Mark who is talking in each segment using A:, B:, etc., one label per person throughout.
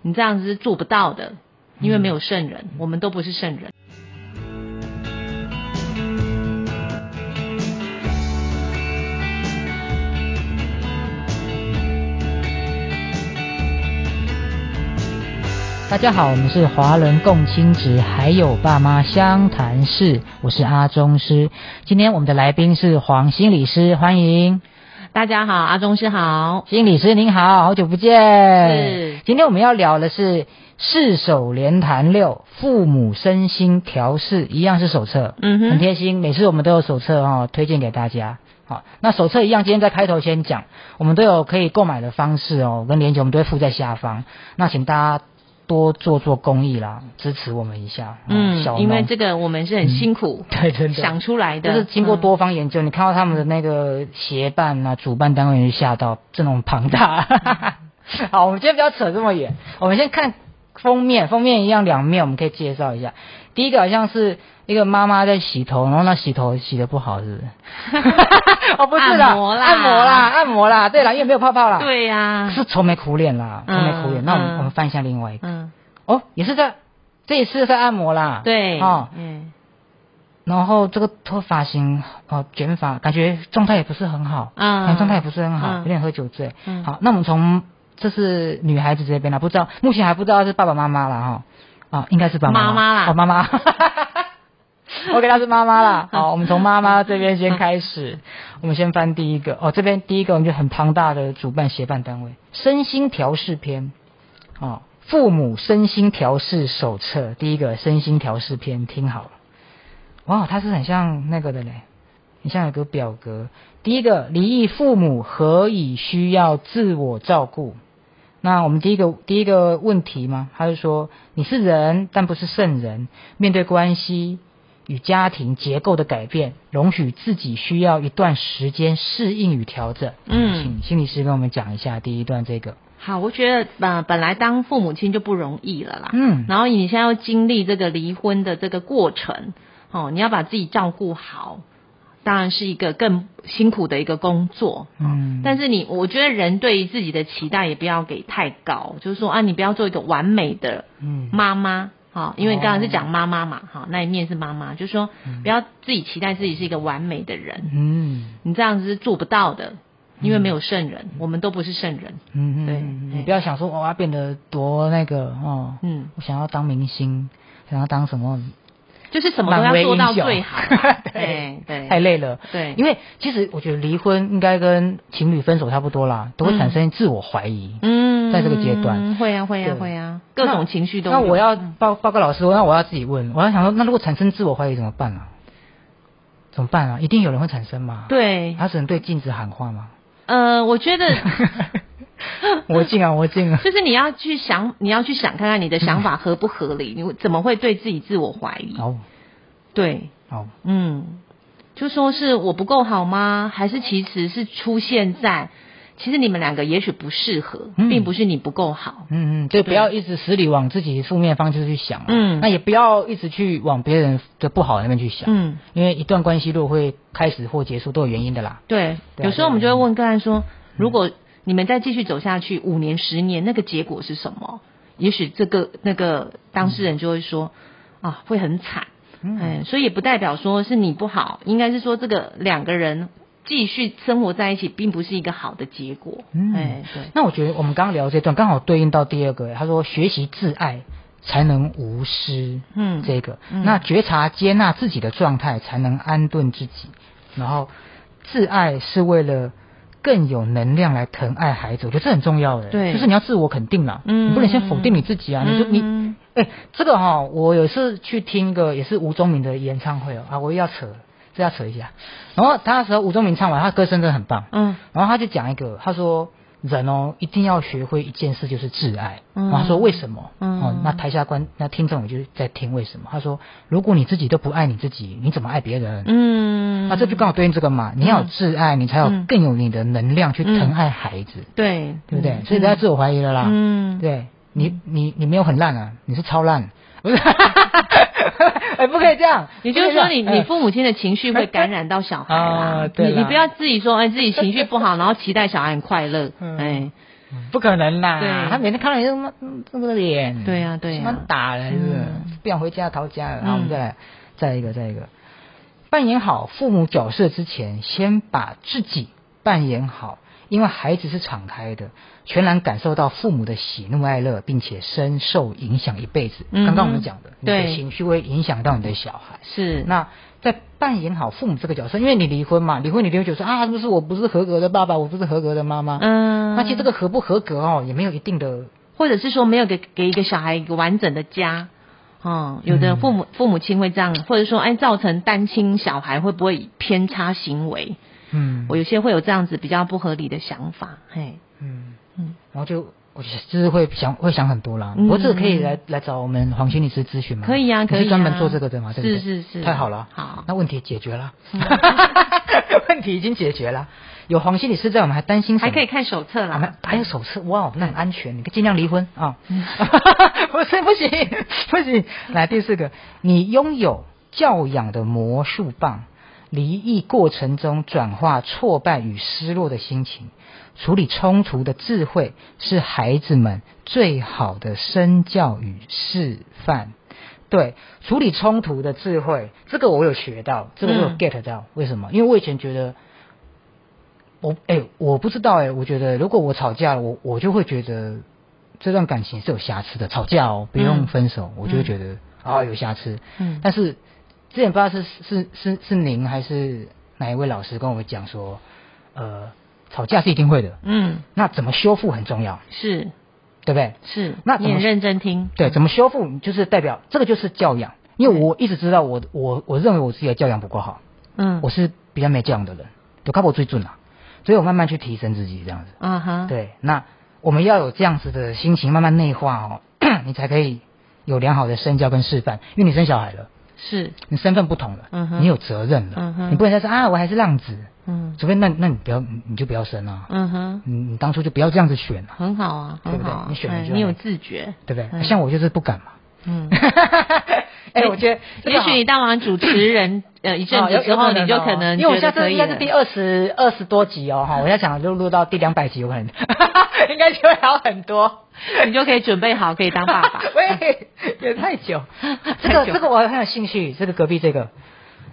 A: 你这样子是做不到的，
B: 嗯
A: 因为没有圣人，我们都不是圣人。
B: 大家好，我们是华人共亲职，还有爸妈湘潭市，我是阿中师。今天我们的来宾是黄心理师，欢迎
A: 大家好，阿忠师好，
B: 心理师，您好，好久不见。
A: 是
B: 今天我们要聊的是四手联弹六父母身心调试，一样是手册，
A: 嗯
B: 很
A: 哼，
B: 贴心，每次我们都有手册哦，推荐给大家。好，那手册一样，今天在开头先讲，我们都有可以购买的方式哦，跟链接我们都会附在下方。那请大家多做做公益啦，支持我们一下。哦小
A: 嗯，因为
B: 农
A: 这个我们是很辛苦
B: 对真的
A: 想出来
B: 就
A: 的，
B: 是经过
A: 嗯
B: 多方研究，你看到他们的那个协办啊、主办单位就吓到阵容 庞大。好，我们今天不要扯这么远，我们先看封面，封面一样两面，我们可以介绍一下。第一个好像是一个妈妈在洗头，然后那洗头洗的不好，是不是？ 哦，不是啦，
A: 按摩啦
B: 按摩啦，按摩啦，对啦，因为没有泡泡啦，，
A: 对呀，
B: 是愁眉苦脸啦，愁
A: 嗯
B: 眉苦脸。那我们、
A: 嗯
B: 我们翻一下另外一个，
A: 嗯，
B: 哦，也是在这一次在按摩啦，
A: 对，
B: 哦，
A: 嗯
B: 然后这个脱发型哦，卷发感觉状态也不是很好，
A: 啊
B: 嗯，状态也不是很好，
A: 嗯
B: 有点喝酒醉。
A: 嗯，
B: 好，那我们从这是女孩子这边啦，不知道目前还不知道是爸爸妈妈啦哈，哦啊，应该是爸爸
A: 妈妈啦
B: 哦妈妈。OK，她是 妈妈啦。好，我们从妈妈这边先开始。我们先翻第一个哦，这边第一个我们就很庞大的主办协办单位——身心调试篇。哦，父母身心调试手册第一个身心调试篇，听好了。哇，它是很像那个的嘞，很像有个表格。第一个，离异父母何以需要自我照顾？那我们第一个第一个问题嘛，他就说你是人，但不是圣人。面对关系与家庭结构的改变，容许自己需要一段时间适应与调整。
A: 嗯，
B: 请心理师跟我们讲一下第一段这个。
A: 好，我觉得呃，本来当父母亲就不容易了啦，
B: 嗯
A: 然后你现在要经历这个离婚的这个过程，哦，你要把自己照顾好，当然是一个更辛苦的一个工作。
B: 嗯，
A: 但是你，我觉得人对于自己的期待也不要给太高，就是说啊，你不要做一个完美的
B: 嗯
A: 妈妈，好、因为刚才是讲妈妈嘛，好、那一面是妈妈，就是说不要自己期待自己是一个完美的人，
B: 嗯
A: 你这样子是做不到的，因为没有圣人，我们都不是圣人，
B: 嗯嗯，
A: 对
B: 嗯
A: 哎
B: 你不要想说我要变得多那个哦，
A: 嗯，
B: 我想要当明星，想要当什么，
A: 就是什么都
B: 漫
A: 要
B: 威
A: 做到
B: 英雄，
A: 最好 对对
B: 太累了。
A: 对，
B: 因为其实我觉得离婚应该跟情侣分手差不多啦，都会产生自我怀疑。
A: 嗯，
B: 在这个阶段
A: 会啊会啊
B: 对
A: 会啊，各种情绪都
B: 那
A: 有
B: 我要报报告老师，那我要自己问，我要想说，那如果产生自我怀疑怎么办啊？怎么办啊？一定有人会产生嘛？，
A: 对，
B: 他只能对镜子喊话嘛。
A: 呃，我 觉得
B: 我进啊，我进啊。
A: 就是你要去想，你要去想看看你的想法合不合理， 你怎么会对自己自我怀疑？
B: 好，
A: 对，
B: 好，
A: 嗯，就说是我不够好吗？还是其实是出现在，其实你们两个也许不适合，
B: 嗯
A: 并不是你不够好。
B: 嗯嗯，就不要一直死里往自己负面方式去想、啊
A: 嗯
B: 那也不要一直去往别人的不好的那边去想，
A: 嗯，
B: 因为一段关系如果会开始或结束都有原因的啦。
A: 对，
B: 对啊啊
A: 有时候我们就会问个案说，如果你们再继续走下去五年、十年，那个结果是什么？也许这个那个当事人就会说、啊，会很惨。
B: 嗯，
A: 哎，所以也不代表说是你不好，应该是说这个两个人继续生活在一起，并不是一个好的结果。
B: 嗯
A: 哎，对，
B: 那我觉得我们刚刚聊这段刚好对应到第二个，哎他说学习自爱才能无私，
A: 嗯
B: 这个，
A: 嗯
B: 那觉察接纳自己的状态才能安顿自己，然后自爱是为了。更有能量来疼爱孩子，我觉得这很重要的。
A: 对
B: 就是你要自我肯定啦，
A: 嗯
B: 你不能先否定你自己啊。你说你
A: 嗯
B: 哎、这个哈、我有一次去听一个也是吴宗明的演唱会哦，啊，我又要扯了，这要扯一下。然后他那时候吴宗明唱完，他歌声真的很棒，
A: 嗯
B: 然后他就讲一个，他说人哦一定要学会一件事，就是挚爱。
A: 嗯
B: 然后他说为什么？
A: 嗯
B: 哦，那台下观那听众也就在听为什么？他说如果你自己都不爱你自己，你怎么爱别人？
A: 嗯，
B: 啊那、这就刚好对应这个嘛，你要有挚爱，你才有
A: 嗯
B: 更有你的能量去疼爱孩子，
A: 对，
B: 对不对？
A: 嗯
B: 所以不要自我怀疑了啦。
A: 嗯，
B: 啊对你，你你没有很烂啊，你是超 烂，不是？哎，不可以这样。嗯
A: 也就是说你，你
B: 不可以这样
A: 父母亲的情绪会感染到小孩啦。
B: 啊对啦
A: 哎你你不要自己说，哎，自己情绪不好，然后期待小孩很快乐。
B: 嗯
A: 哎，
B: 不可能啦！
A: 对
B: 他每天看到你这么这么个脸，
A: 对呀对呀
B: 他妈打人
A: 嗯
B: 是不想回家逃家了。然后我们
A: 嗯
B: 再来，再一个，再一个，扮演好父母角色之前，先把自己扮演好，因为孩子是敞开的，全然感受到父母的喜怒哀乐，并且深受影响一辈子。
A: 嗯哼
B: 刚刚我们讲的，你的
A: 对
B: 情绪会影响到你的小孩。
A: 是
B: 那在扮演好父母这个角色，因为你离婚嘛，离婚你就会觉得说啊，是不是我不是合格的爸爸，我不是合格的妈妈？
A: 嗯，
B: 那其实这个合不合格哦，也没有一定的，
A: 或者是说没有给给一个小孩一个完整的家。哦，有的
B: 嗯
A: 父母、父母亲会这样，或者说，哎，造成单亲小孩会不会偏差行为？
B: 嗯
A: 我有些会有这样子比较不合理的想法，嘿，
B: 嗯
A: 嗯，
B: 然后就我就是会想会想很多啦。
A: 嗯
B: 不过这个可以来来找我们黄心律师咨询吗？
A: 可以啊，
B: 你
A: 可以、啊。
B: 是专门做这个的嘛？对不对？
A: 是是是，
B: 太好了，
A: 好，
B: 那问题解决了
A: 嗯，
B: 问题已经解决了。有黄心理师在，我们还担心什么
A: 还可以看手册
B: 我们
A: 啦。
B: 还啊有手册，哇，那很安全，你尽量离婚啊！
A: 嗯
B: 不是不行不行，来第四个，你拥有教养的魔术棒，离异过程中转化挫败与失落的心情，处理冲突的智慧是孩子们最好的身教与示范。对，处理冲突的智慧，这个我有学到，这个我有
A: 嗯
B: get 到。为什么？因为我以前觉得我哎、我不知道哎、我觉得如果我吵架了，我我就会觉得这段感情是有瑕疵的。吵架哦，不用分手，我就会觉得啊、有瑕疵。
A: 嗯
B: 但是之前不知道是是是是您还是哪一位老师跟我讲说，呃，吵架是一定会的，
A: 嗯，
B: 那怎么修复很重要，
A: 是
B: 对不对？
A: 是，
B: 那
A: 你
B: 怎么
A: 很认真听。
B: 对，怎么修复就是代表这个就是教养，因为我一直知道我我我认为我自己的教养不够好，
A: 嗯，
B: 我是比较没教养的人，有靠我最准了，所以我慢慢去提升自己这样子。
A: 啊哈，
B: 对，那我们要有这样子的心情，慢慢内化哦， 你才可以有良好的身教跟示范。因为你生小孩了，
A: 是，
B: 你身份不同了，
A: 嗯哼
B: 你有责任了，
A: 嗯哼
B: 你不能再说啊，我还是浪子，
A: 嗯
B: 除非那那你不要，你就不要生啊，
A: 嗯哼，
B: 你你当初就不要这样子选啊，
A: 很好啊，
B: 对不
A: 很
B: 对
A: 好啊，
B: 你选了
A: 哎
B: 就
A: 你
B: 好
A: 有自觉，
B: 对不对？
A: 嗯
B: 像我就是不敢 嘛。
A: 嗯。
B: 哎、我觉得这个
A: 也
B: 好，
A: 许你当完主持人呃一阵
B: 哦有
A: 子之
B: 有可
A: 后，
B: 能
A: 你就
B: 哦
A: 可能
B: 因为我
A: 觉
B: 下
A: 得
B: 次
A: 可以
B: 应该是
A: 了。嗯
B: 第二十二十多集哦，哈，我在想就录到第两百集，有可能， 应该就会好很多。
A: 你就可以准备好，可以当 爸爸。。
B: 喂，也太久 这个
A: 太久
B: 这个我很有兴趣，这个隔壁这个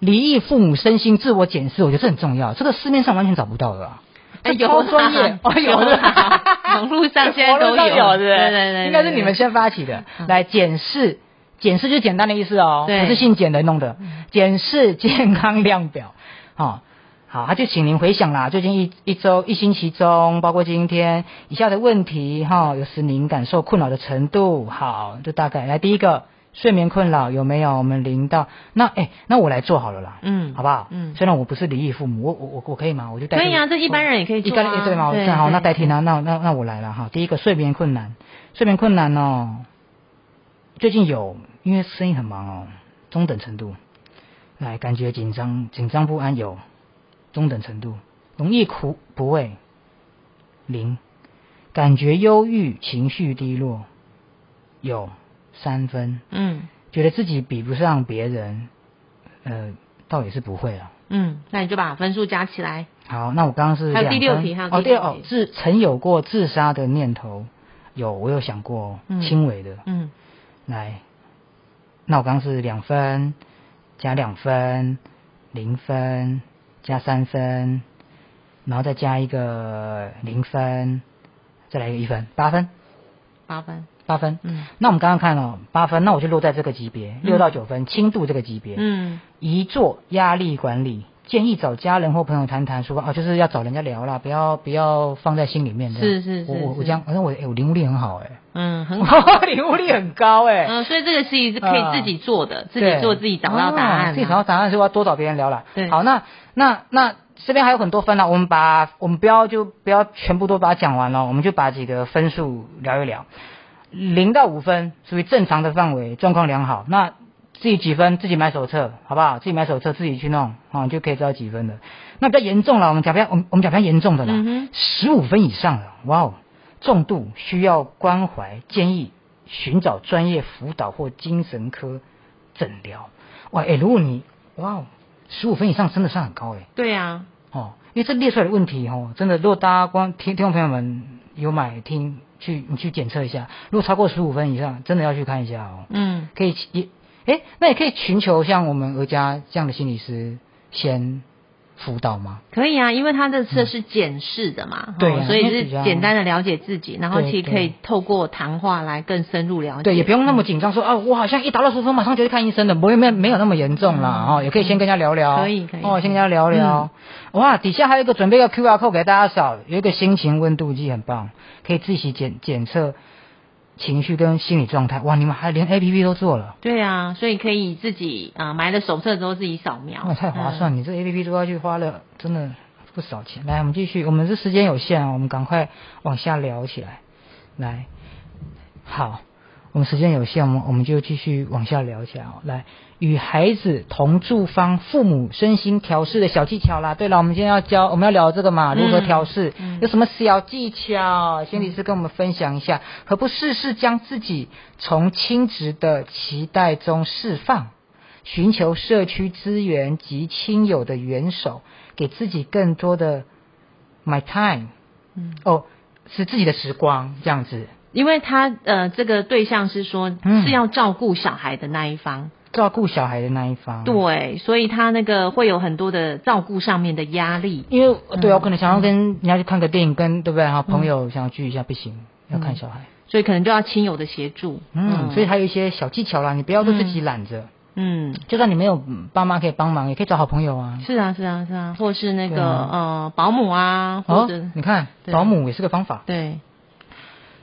B: 离异父母身心自我检视，我觉得这很重要，这个市面上完全找不到的、啊。
A: 哎
B: 这
A: 有
B: 超
A: 啦
B: 专业，哦
A: 有
B: 的
A: 啦， 网络上现在
B: 网络
A: 都
B: 上
A: 有
B: 有，对不
A: 对对对对嗯
B: 应该是你们先发起的。来检视，检视就是简单的意思哦，
A: 对嗯
B: 不是姓简的弄的，检视健康量表，哦。好，他就请您回想啦，最近一一周、一星期中，包括今天以下的问题，哈、有使您感受困扰的程度。好，就大概来第一个，睡眠困扰有没有？我们零到那，哎，那我来做好了啦，
A: 嗯
B: 好不好？
A: 嗯
B: 虽然我不是离异父母，我我我我可以吗？我就代替
A: 可以啊这一般人也可以
B: 一
A: 做
B: 般
A: 啊
B: 人也对吗？
A: 对
B: 正好，
A: 对
B: 那代替他，那那那我来了哈。第一个睡眠困难，睡眠困难哦，最近有，因为生意很忙哦，中等程度。来，感觉紧张、紧张不安有，中等程度，容易苦不会，零，感觉忧郁、情绪低落，有三分，
A: 嗯
B: 觉得自己比不上别人，呃，倒也是不会了。啊
A: 嗯，那你就把分数加起来。
B: 好，那我刚刚是
A: 还有第六
B: 两分
A: 题还有
B: 哦，
A: 第六
B: 哦
A: 题，
B: 自曾有过自杀的念头，有，我有想过
A: 嗯，
B: 轻微的。
A: 嗯
B: 来，那我刚刚是两分加两分，零分加三分，然后再加一个零分，再来一个一分，八分，
A: 八分。
B: 八分。
A: 嗯
B: 那我们刚刚看了八分，那我就落在这个级别，六到九分，轻度这个级别。
A: 嗯
B: 一做压力管理，建议找家人或朋友谈谈说，啊，就是要找人家聊啦，不要不要放在心里面。这样
A: 是是是
B: 我我
A: 是
B: 我这样，反正我哎我领悟力很好哎、
A: 嗯，很好。
B: 我领悟力很高哎、
A: 嗯，所以这个是一是可以自己做的，自己
B: 对
A: 做自己找到答案啊。
B: 嗯哦自己找到答案是要多找别人聊了。
A: 对
B: 好，那那那这边还有很多分呢，我们把我们不要就不要全部都把它讲完了，我们就把几个分数聊一聊。零到五分属于正常的范围，状况良好。那自己几分，自己买手册，好不好？自己买手册，自己去弄，啊、你就可以知道几分了。那比较严重了，我们讲比较，我们我们讲比较严重的啦
A: 嗯哼，
B: 十五、分以上了，哇哦，重度需要关怀，建议寻找专业辅导或精神科诊疗。哇，哎、如果你哇哦，十五分以上真的算很高哎、
A: 对啊，
B: 哦，因为这列出来的问题哦，真的，如果大家光听听众朋友们有买听去你去检测一下，如果超过十五分以上，真的要去看一下哦。
A: 嗯，
B: 可以也，哎，那也可以寻求像我们儿家这样的心理师先辅导吗？
A: 可以啊，因为它这次是检视的嘛，
B: 对
A: 哦
B: 啊
A: 所以
B: 那
A: 是
B: 比较
A: 简单的了解自己，然后
B: 对
A: 其实
B: 对
A: 可以透过谈话来更深入了解。
B: 对，也不用那么紧
A: 嗯
B: 张说，啊，我好像一达到十分马上就去看医生的，不会没有没有那么严重啦。哦，也可以先跟人家聊聊，
A: 嗯可以可以嗯
B: 哦，先跟人家聊聊。哇，底下还有一个准备一个 QR code 给大家扫，有一个心情温度计，很棒，可以自己检检测情绪跟心理状态。哇，你们还连 APP 都做了。
A: 对啊，所以可以自己啊、买了手册之后自己扫描，
B: 那太划
A: 嗯
B: 算，你这 A P P 做下去花了真的不少钱。来，我们继续，我们这时间有限啊，我们赶快往下聊起来。来，好，我们时间有限，我们我们就继续往下聊起来哦。来，与孩子同住方父母身心调试的小技巧啦。对了，我们今天要教我们要聊这个嘛，如何
A: 嗯
B: 调试，
A: 嗯
B: 有什么小技巧？心理师跟我们分享一下，何不试试将自己从亲职的期待中释放？寻求社区资源及亲友的援手，给自己更多的 my time，
A: 嗯
B: 哦，是自己的时光这样子，
A: 因为他呃，这个对象是说、
B: 嗯
A: 是要照顾小孩的那一方，
B: 照顾小孩的那一方。，
A: 对，所以他那个会有很多的照顾上面的压力。
B: 因为
A: 嗯
B: 对啊我可能想要跟人家去看个电影，跟对不对？哈，朋友想要聚一下，不行，要
A: 嗯
B: 看小孩。
A: 所以可能就要亲友的协助。
B: 嗯，所以还有一些小技巧啦，你不要都自己
A: 嗯
B: 揽着，
A: 嗯，
B: 就算你没有嗯爸妈可以帮忙，也可以找好朋友啊。
A: 是啊，是啊，是啊，或是那
B: 对
A: 个、
B: 啊
A: 呃保姆啊，或
B: 哦
A: 者、，
B: 你看
A: 对
B: 保姆也是个方法。
A: 对，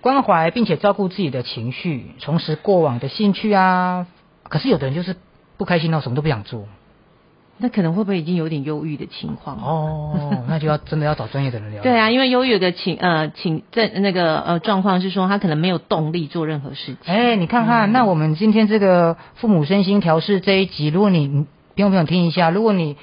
B: 关怀并且照顾自己的情绪，重拾过往的兴趣啊。可是有的人就是不开心到什么都不想做
A: 那可能会不会已经有点忧郁的情况？
B: 哦， 那就要真的要找专业的人聊。
A: 对，啊，因为忧郁的情呃情症那个呃状况是说他可能没有动力做任何事情。
B: 哎，你看
A: 嗯
B: 看，那我们今天这个父母身心调试这一集，如果你你听众朋友听一下，如果你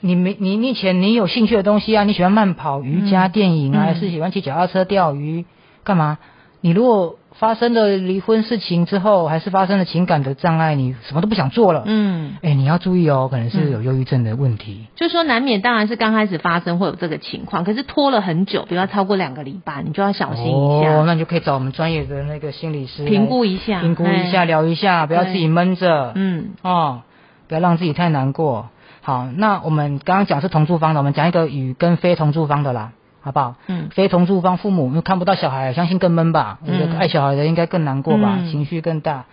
B: 你没你你以前你有兴趣的东西啊，你喜欢慢跑、瑜伽、电影啊，
A: 嗯
B: 还是喜欢骑脚踏车、钓鱼，干嘛？你如果发生了离婚事情之后，还是发生了情感的障碍，你什么都不想做了，
A: 嗯，
B: 哎、你要注意哦，可能是有忧郁症的问题。
A: 就说难免当然是刚开始发生会有这个情况，可是拖了很久，比如要超过两个礼拜，你就要小心一下，
B: 哦，那你就可以找我们专业的那个心理师
A: 评估一下，
B: 来评估一下，
A: 哎
B: 聊一下，不要自己闷着
A: 嗯
B: 哦，不要让自己太难过。好，那我们刚刚讲是同住方的，我们讲一个与跟非同住方的啦，好不好？
A: 嗯，
B: 非同住方父母因为看不到小孩，相信更闷吧？我
A: 嗯
B: 觉得爱小孩的应该更难过吧，
A: 嗯
B: 情绪更大。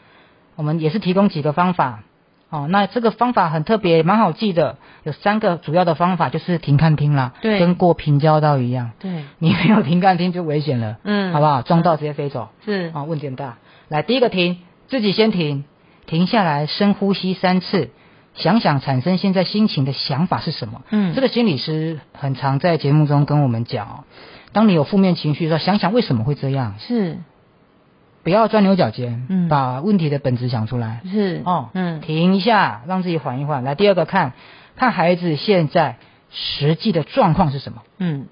B: 我们也是提供几个方法。哦，那这个方法很特别，蛮好记的。有三个主要的方法，就是停看听啦，
A: 对
B: 跟过平交道一样，
A: 对，
B: 你没有停看听就危险了，
A: 嗯，
B: 好不好？撞到直接飞走。
A: 是，
B: 啊，问题很大。来，第一个停，自己先停，停下来，深呼吸三次，想想产生现在心情的想法是什么。
A: 嗯，
B: 这个心理师很常在节目中跟我们讲哦，当你有负面情绪的时候，想想为什么会这样，
A: 是
B: 不要钻牛角尖，
A: 嗯
B: 把问题的本质想出来。
A: 是
B: 哦，
A: 嗯
B: 停一下，让自己缓一缓。来，第二个看，看孩子现在实际的状况是什么。
A: 嗯，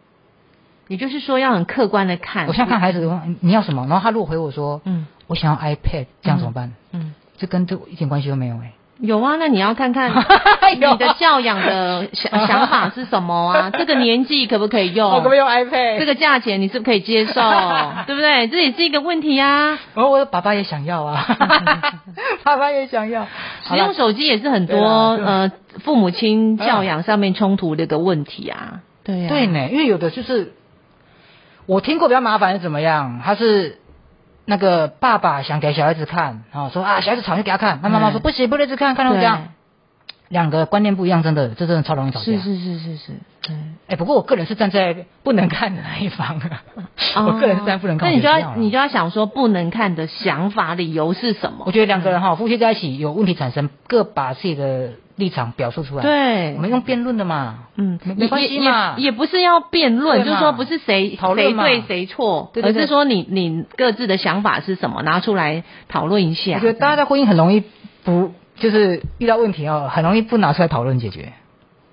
A: 也就是说要很客观的看，
B: 我想看孩子的话，你要什么？然后他如果回我说，
A: 嗯
B: 我想要 iPad，这样怎么办？
A: 嗯，
B: 这跟这一点关系都没有哎、
A: 有啊，那你要看 看
B: 哎
A: 你的教养的想想法是什么 啊？这个年纪可不可以用？
B: 用 iPad？
A: 哦这个价钱你是不是可以接 受？对不对？这也是一个问题呀、啊。
B: 然后哦我爸爸也想要 啊，爸爸也想要。
A: 使用手机也是很多
B: 对啦对
A: 呃父母亲教养上面冲突的一个问题啊。对
B: 对
A: 啊，
B: 呢，因为有的就是我听过比较麻烦是怎么样，他是那个爸爸想给小孩子看，啊、说啊小孩子吵就给他看，那妈妈说
A: 嗯
B: 不行不能一直看，看到这样，两个观念不一样，真的这真的超容易吵架。
A: 是是是是是，对。
B: 哎，不过我个人是站在不能看的那一方，我个人是站在啊不能看。
A: 哦那你就要你
B: 就
A: 就要想说不能看的想法理由是什么
B: 我？觉得两个人哈夫妻在一起有问题产生，各把自己的立场表述出来。，
A: 对
B: 我，们用辩论的嘛。
A: 嗯，
B: 没
A: 也
B: 关系嘛
A: 也也也不是要辩论，
B: 对
A: 就
B: 嘛
A: 是说不是谁
B: 讨
A: 谁
B: 论嘛
A: 对谁错，
B: 对对对
A: 而是说你你各自的想法是什么，拿出来讨论一
B: 我
A: 下
B: 觉。得大家在婚姻很容易不就是遇到问题哦，很容易不拿出来讨论解决。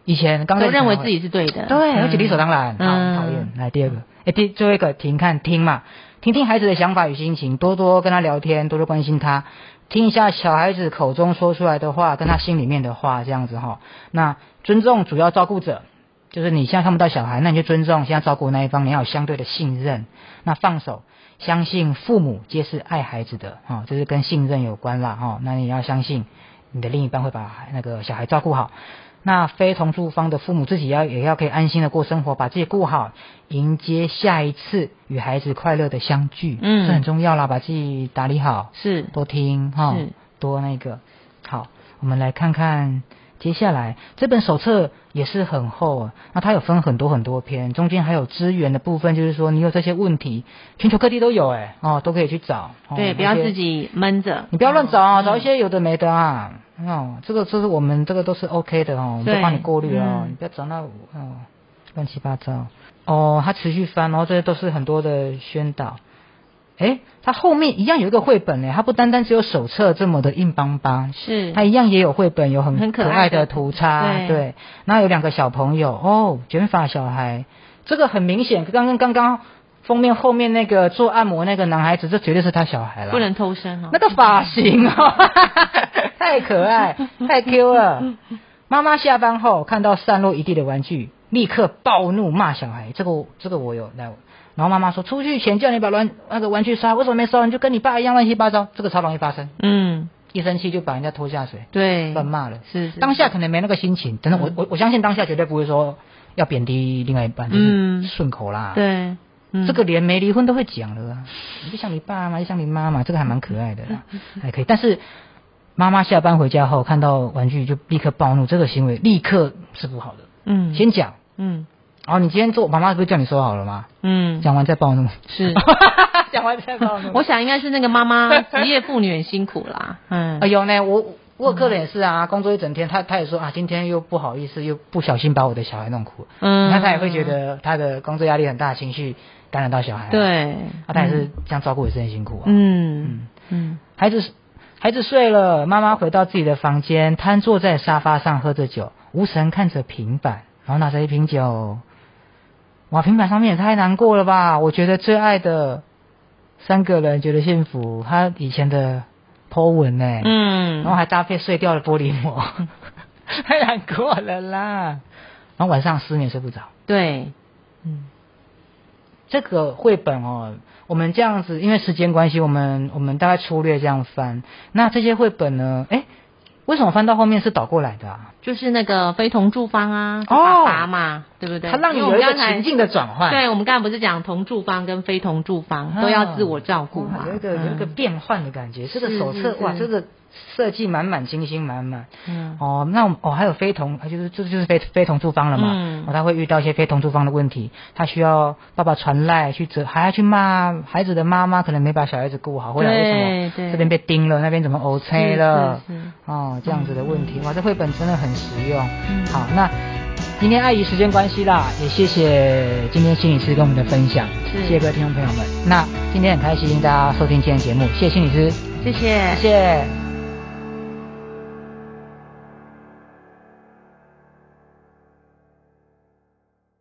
B: 以前刚才
A: 都认为自己是对的，
B: 对，
A: 嗯
B: 而哎且理所当然，好
A: 嗯
B: 讨厌。来第二个，哎，第最后一个停看听嘛，听听孩子的想法与心情，多多跟他聊天，多多关心他，听一下小孩子口中说出来的话，跟他心里面的话这样子哈。那尊重主要照顾者，就是你现在看不到小孩，那你就尊重现在照顾那一方，你要有相对的信任。那放手，相信父母皆是爱孩子的哈、哦，这是跟信任有关啦哈、哦。那你要相信你的另一半会把那个小孩照顾好。那非同住方的父母自己要也要可以安心的过生活，把自己顾好，迎接下一次与孩子快乐的相聚，
A: 嗯
B: 这很重要啦，把自己打理好，
A: 是
B: 多听哈、
A: 是
B: 多那个。好，我们来看看接下来这本手册也是很厚啊，那它有分很多很多篇，中间还有资源的部分，就是说你有这些问题，全球各地都有哎、哦，都可以去找。哦、
A: 对，不要
B: 那些
A: 自己闷着，
B: 你不要乱找啊，
A: 嗯
B: 找一些有的没的啊。哦，这个这是我们这个都是 OK 的哦，我们
A: 对
B: 都帮你过滤哦，
A: 嗯
B: 你不要找那哦乱七八糟。哦，他持续翻，然后这些都是很多的宣导。诶，他后面一样有一个绘本呢，它不单单只有手册这么的硬邦邦，
A: 是
B: 它一样也有绘本，有很
A: 很可
B: 可
A: 爱
B: 爱
A: 的
B: 的图插，
A: 对
B: 对。那有两个小朋友哦，卷发小孩，这个很明显，刚刚刚刚封面后面那个做按摩那个男孩子，这绝对是他小孩了，
A: 不能偷生哦
B: 那。个发型哦， 太可爱，太 Q 了。妈妈下班后看到散落一地的玩具，立刻暴怒骂小孩。这个我这个我有来。然后妈妈说：“出去前叫你把玩那个玩具收好，为什么没收好？你就跟你爸一样乱七八糟。”这个超容易发生，
A: 嗯，
B: 一生气就把人家拖下水，
A: 对，
B: 乱骂了。
A: 是是
B: 当下可能没那个心情，等等，我我我相信当下绝对不会说要贬低另外一半，就
A: 嗯
B: 是顺口啦。
A: 对，嗯
B: 啊这个连没离婚都会讲了啊！你就像你爸妈，就像你妈妈，这个还蛮可爱的啦，还可以。但是妈妈下班回家后看到玩具就立刻暴怒，这个行为立刻是不好的。
A: 嗯
B: 先讲，
A: 嗯
B: 哦，你今天做，妈妈不是叫你收好了吗？
A: 嗯
B: 讲完再暴怒，
A: 是，
B: 讲完再暴怒。
A: 我想应该是那个妈 妈职业妇女很辛苦啦，嗯
B: 哎，呦呢，我我有客人也是啊，工作一整天，他他也说啊，今天又不好意思，又不小心把我的小孩弄哭了。
A: 嗯
B: 那他也会觉得哎他的工作压力很大，情绪感染到小孩。，
A: 对，
B: 啊，但是这样照顾也是很辛苦啊。
A: 嗯嗯
B: 孩子孩子睡了，妈妈回到自己的房间，瘫坐在沙发上喝着酒，无神看着平板，然后拿着一瓶酒。哇，平板上面也太难过了吧！我觉得最爱的三个人觉得幸福，他以前的 po 文呢、
A: 嗯，
B: 啊然后还搭配碎掉的玻璃膜， 太难过了啦。然后晚上失眠睡不着。
A: 对，
B: 这个绘本哦，我们这样子，因为时间关系，我们我们大概粗略这样翻。那这些绘本呢？哎，为什么翻到后面是倒过来的啊？
A: 就是那个非同住方啊，
B: 哦
A: 爸爸嘛，对不对？
B: 它让你
A: 因为我
B: 有
A: 们
B: 一个
A: 刚才
B: 情境的转换，
A: 对，我们刚才不是讲同住方跟非同住方
B: 啊，
A: 都要自我照顾
B: 哇
A: 嘛，
B: 嗯
A: 嗯
B: 有一个有一个变换的感觉。这个
A: 是
B: 手
A: 是
B: 册哇，
A: 是
B: 这个设计满满，精心满满。
A: 嗯，
B: 哦，那我们哦还有非同，啊就是这就是非非同住方了嘛，
A: 嗯
B: 哦他会遇到一些非同住方的问题，他需要爸爸传赖去责，还要去骂孩子的妈妈可能没把小孩子顾好，或者为
A: 对
B: 什么
A: 对
B: 这边被盯了，那边怎么 O K 了
A: 是是是，
B: 哦这样子的问题，哇这绘本真的很实用，
A: 嗯
B: 好那。今天碍于时间关系啦，也谢谢今天心理师跟我们的分享，
A: 是
B: 谢谢各位听众朋友们。那今天很开心大家收听今天的节目，谢谢心理师，
A: 谢谢
B: 谢谢。